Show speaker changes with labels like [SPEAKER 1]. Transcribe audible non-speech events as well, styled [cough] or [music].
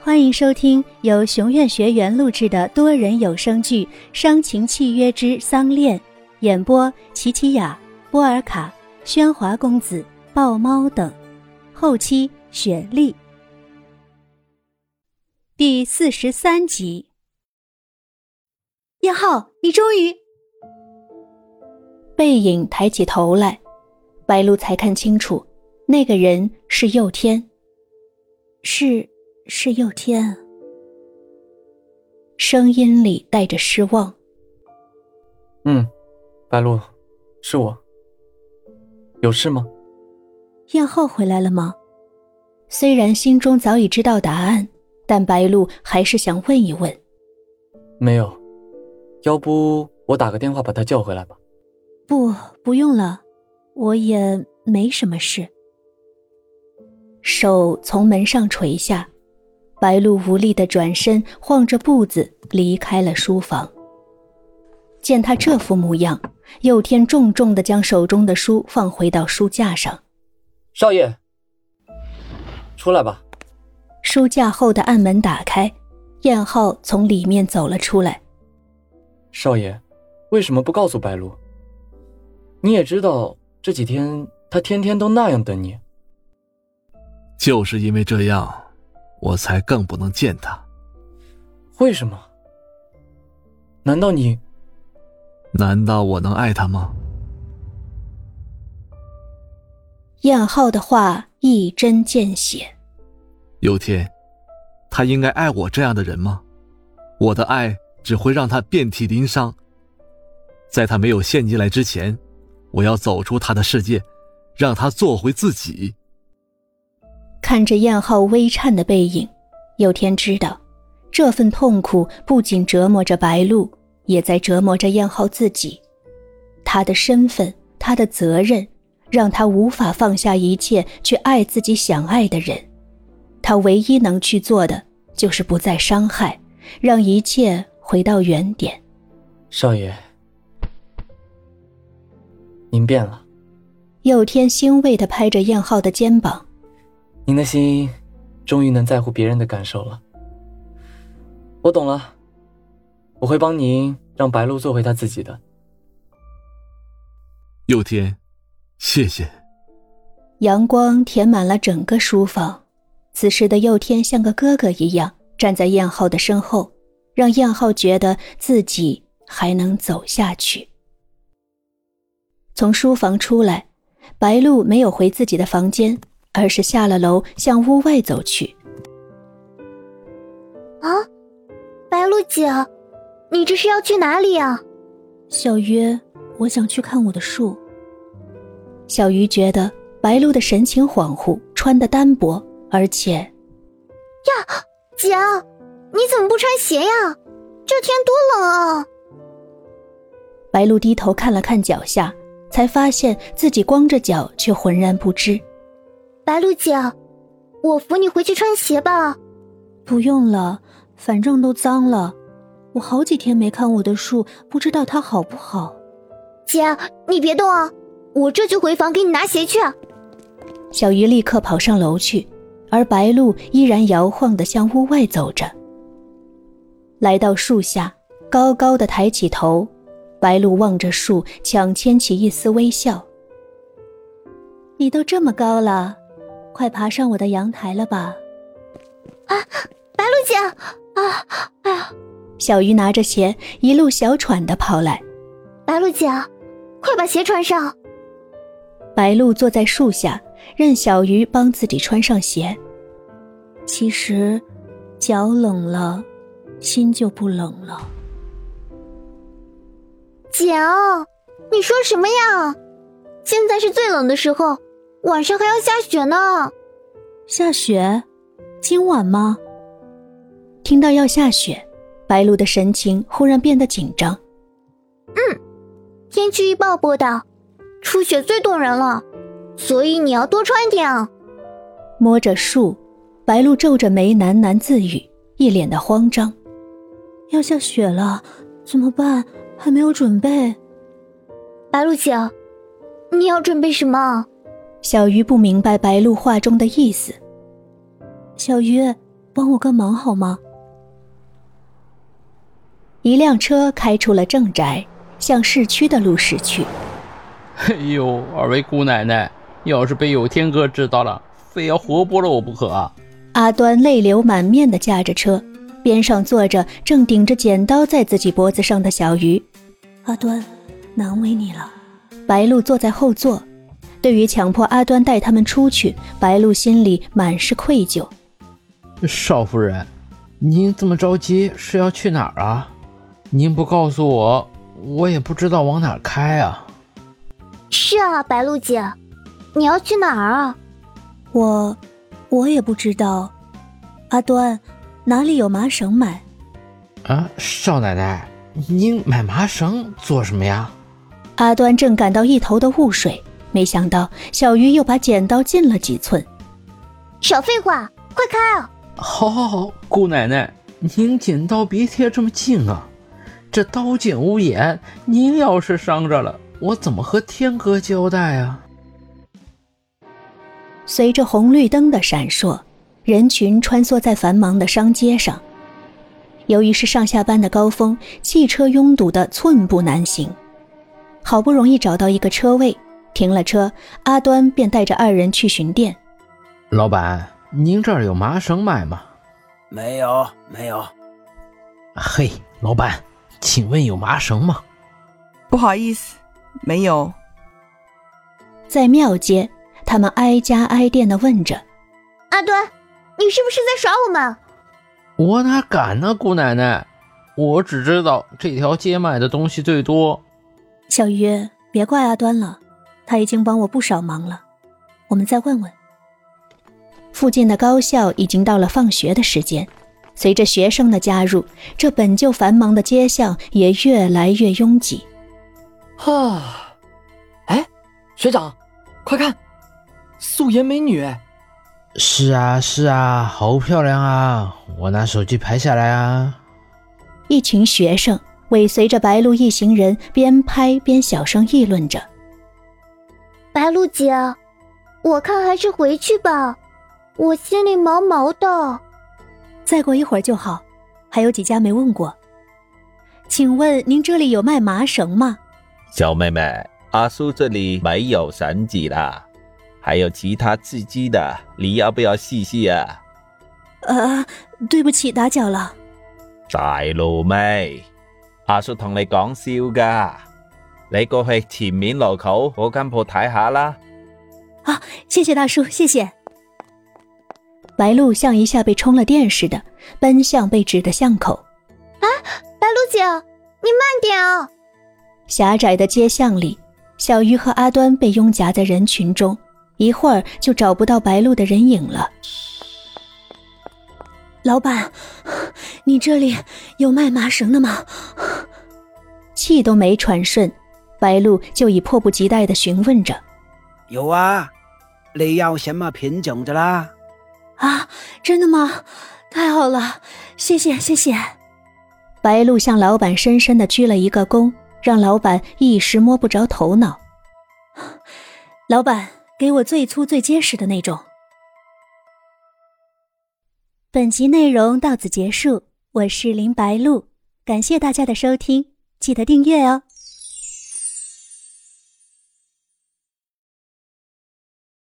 [SPEAKER 1] 欢迎收听由熊院学员录制的多人有声剧《伤情契约之丧恋》，演播：琪琪雅、波尔卡、喧哗公子、豹猫等，后期雪莉。第四十三集。
[SPEAKER 2] 燕浩，你终于……
[SPEAKER 1] 背影抬起头来，白露才看清楚，那个人是佑天。
[SPEAKER 2] 是。是佑天，
[SPEAKER 1] 啊声音里带着失望。
[SPEAKER 3] 嗯，白露，是我。有事吗？
[SPEAKER 2] 燕浩回来了吗？
[SPEAKER 1] 虽然心中早已知道答案，但白露还是想问一问。
[SPEAKER 3] 没有，要不我打个电话把他叫回来吧？
[SPEAKER 2] 不，不用了，我也没什么事。
[SPEAKER 1] 手从门上垂下。白露无力的转身，晃着步子离开了书房。见他这副模样，佑天重重的将手中的书放回到书架上。
[SPEAKER 3] 少爷，出来吧。
[SPEAKER 1] 书架后的暗门打开，燕浩从里面走了出来。
[SPEAKER 3] 少爷，为什么不告诉白露？你也知道这几天他天天都那样等你。
[SPEAKER 4] 就是因为这样。我才更不能见他。
[SPEAKER 3] 为什么？难道你？
[SPEAKER 4] 难道我能爱他吗？
[SPEAKER 1] 燕浩的话一针见血。
[SPEAKER 4] 有天，他应该爱我这样的人吗？我的爱只会让他遍体鳞伤。在他没有陷进来之前，我要走出他的世界，让他做回自己。
[SPEAKER 1] 看着燕浩微颤的背影，有天知道，这份痛苦不仅折磨着白露，也在折磨着燕浩自己。他的身份，他的责任，让他无法放下一切去爱自己想爱的人。他唯一能去做的，就是不再伤害，让一切回到原点。
[SPEAKER 3] 少爷，您变了。
[SPEAKER 1] 佑天欣慰地拍着燕浩的肩膀。
[SPEAKER 3] 您的心，终于能在乎别人的感受了。我懂了，我会帮您让白露做回她自己的。
[SPEAKER 4] 佑天，谢谢。
[SPEAKER 1] 阳光填满了整个书房，此时的佑天像个哥哥一样站在燕浩的身后，让燕浩觉得自己还能走下去。从书房出来，白露没有回自己的房间。而是下了楼，向屋外走去。
[SPEAKER 5] 啊，白露姐，你这是要去哪里啊？
[SPEAKER 2] 小鱼，我想去看我的树。
[SPEAKER 1] 小鱼觉得白露的神情恍惚，穿的单薄，而且……
[SPEAKER 5] 呀，姐，啊你怎么不穿鞋呀？这天多冷啊！
[SPEAKER 1] 白露低头看了看脚下，才发现自己光着脚，却浑然不知。
[SPEAKER 5] 白露姐，我扶你回去穿鞋吧。
[SPEAKER 2] 不用了，反正都脏了。我好几天没看我的树，不知道它好不好。
[SPEAKER 5] 姐，你别动啊，我这就回房给你拿鞋去。啊
[SPEAKER 1] 小鱼立刻跑上楼去，而白露依然摇晃的向屋外走着。来到树下，高高的抬起头，白露望着树，强牵起一丝微笑。
[SPEAKER 2] 你都这么高了。快爬上我的阳台了吧！
[SPEAKER 5] 啊，白露姐啊，哎呀！
[SPEAKER 1] 小鱼拿着鞋一路小喘的跑来。
[SPEAKER 5] 白露姐，快把鞋穿上。
[SPEAKER 1] 白露坐在树下，任小鱼帮自己穿上鞋。
[SPEAKER 2] 其实，脚冷了，心就不冷了。
[SPEAKER 5] 姐，啊你说什么呀？现在是最冷的时候。晚上还要下雪呢，
[SPEAKER 2] 下雪，今晚吗？
[SPEAKER 1] 听到要下雪，白露的神情忽然变得紧张。
[SPEAKER 5] 嗯，天气预报播的，初雪最冻人了，所以你要多穿点。啊
[SPEAKER 1] 摸着树，白露皱着眉喃喃自语，一脸的慌张。
[SPEAKER 2] 要下雪了，怎么办？还没有准备。
[SPEAKER 5] 白露姐，你要准备什么？
[SPEAKER 1] 小鱼不明白白露话中的意思。
[SPEAKER 2] 小鱼，帮我个忙好吗？
[SPEAKER 1] 一辆车开出了正宅，向市区的路驶去。
[SPEAKER 6] [laughs] 哎呦，二位姑奶奶，要是被有天哥知道了，非要活剥了我不可啊！
[SPEAKER 1] 阿端泪流满面的驾着车，边上坐着正顶着剪刀在自己脖子上的小鱼。
[SPEAKER 2] 阿端，难为你了。
[SPEAKER 1] 白露坐在后座，对于强迫阿端带他们出去，白露心里满是愧疚。
[SPEAKER 6] 少夫人，您这么着急是要去哪儿啊？您不告诉我，我也不知道往哪儿开啊。
[SPEAKER 5] 是啊，白露姐，你要去哪儿啊？
[SPEAKER 2] 我，我也不知道。阿端，哪里有麻绳买？
[SPEAKER 6] 啊，少奶奶，您买麻绳做什么呀？
[SPEAKER 1] 阿端正感到一头的雾水，没想到小鱼又把剪刀进了几寸。
[SPEAKER 5] 少废话，快开啊！
[SPEAKER 6] 好，好，好，姑奶奶，您剪刀别贴这么近啊，这刀剑无眼，您要是伤着了，我怎么和天哥交代啊？
[SPEAKER 1] 随着红绿灯的闪烁，人群穿梭在繁忙的商街上。由于是上下班的高峰，汽车拥堵的寸步难行。好不容易找到一个车位，停了车，阿端便带着二人去巡店。
[SPEAKER 6] 老板，您这儿有麻绳卖吗？啊
[SPEAKER 7] 没有，没有。
[SPEAKER 6] 嘿，老板，请问有麻绳吗？
[SPEAKER 8] 不好意思，没有。
[SPEAKER 1] 在庙街，他们挨家挨店的问着：“
[SPEAKER 5] 阿端，你是不是在耍我们？”
[SPEAKER 6] 我哪敢呢，姑奶奶，我只知道这条街卖的东西最多。
[SPEAKER 2] 小鱼，别怪阿端了，他已经帮我不少忙了。我们再问问。
[SPEAKER 1] 附近的高校已经到了放学的时间，随着学生的加入，这本就繁忙的街巷也越来越拥挤。
[SPEAKER 3] 哈，哎，学长，快看，素颜美女！哎
[SPEAKER 6] 是啊，是啊，好漂亮啊！我拿手机拍下来啊。
[SPEAKER 1] 一群学生。尾随着白露一行人，边拍边小声议论着：“
[SPEAKER 5] 白露姐，我看还是回去吧，我心里毛毛的。
[SPEAKER 2] 再过一会儿就好，还有几家没问过。请问您这里有卖麻绳吗？”
[SPEAKER 9] 小妹妹，阿叔这里没有绳子啦，还有其他刺激的，你要不要试试啊？
[SPEAKER 2] 呃，对不起，打搅了。
[SPEAKER 9] 大路妹。阿叔同你講笑噶，你過去前面路口嗰間鋪睇下啦。
[SPEAKER 2] 啊，謝謝大叔，謝謝。
[SPEAKER 1] 白露像一下被充了电似的，奔向被指的巷口。
[SPEAKER 5] 啊，白露姐，你慢点啊！
[SPEAKER 1] 狭窄的街巷里，小鱼和阿端被拥夹在人群中，一会儿就找不到白露的人影了。
[SPEAKER 2] 老板，你这里有卖麻绳的吗？
[SPEAKER 1] 气都没喘顺，白露就已迫不及待地询问着：“
[SPEAKER 7] 有啊，你要什么品种的啦？”
[SPEAKER 2] 啊，真的吗？太好了，谢谢谢谢。
[SPEAKER 1] 白露向老板深深地鞠了一个躬，让老板一时摸不着头脑。
[SPEAKER 2] 老板，给我最粗最结实的那种。
[SPEAKER 1] 本集内容到此结束，我是林白露，感谢大家的收听，记得订阅哦。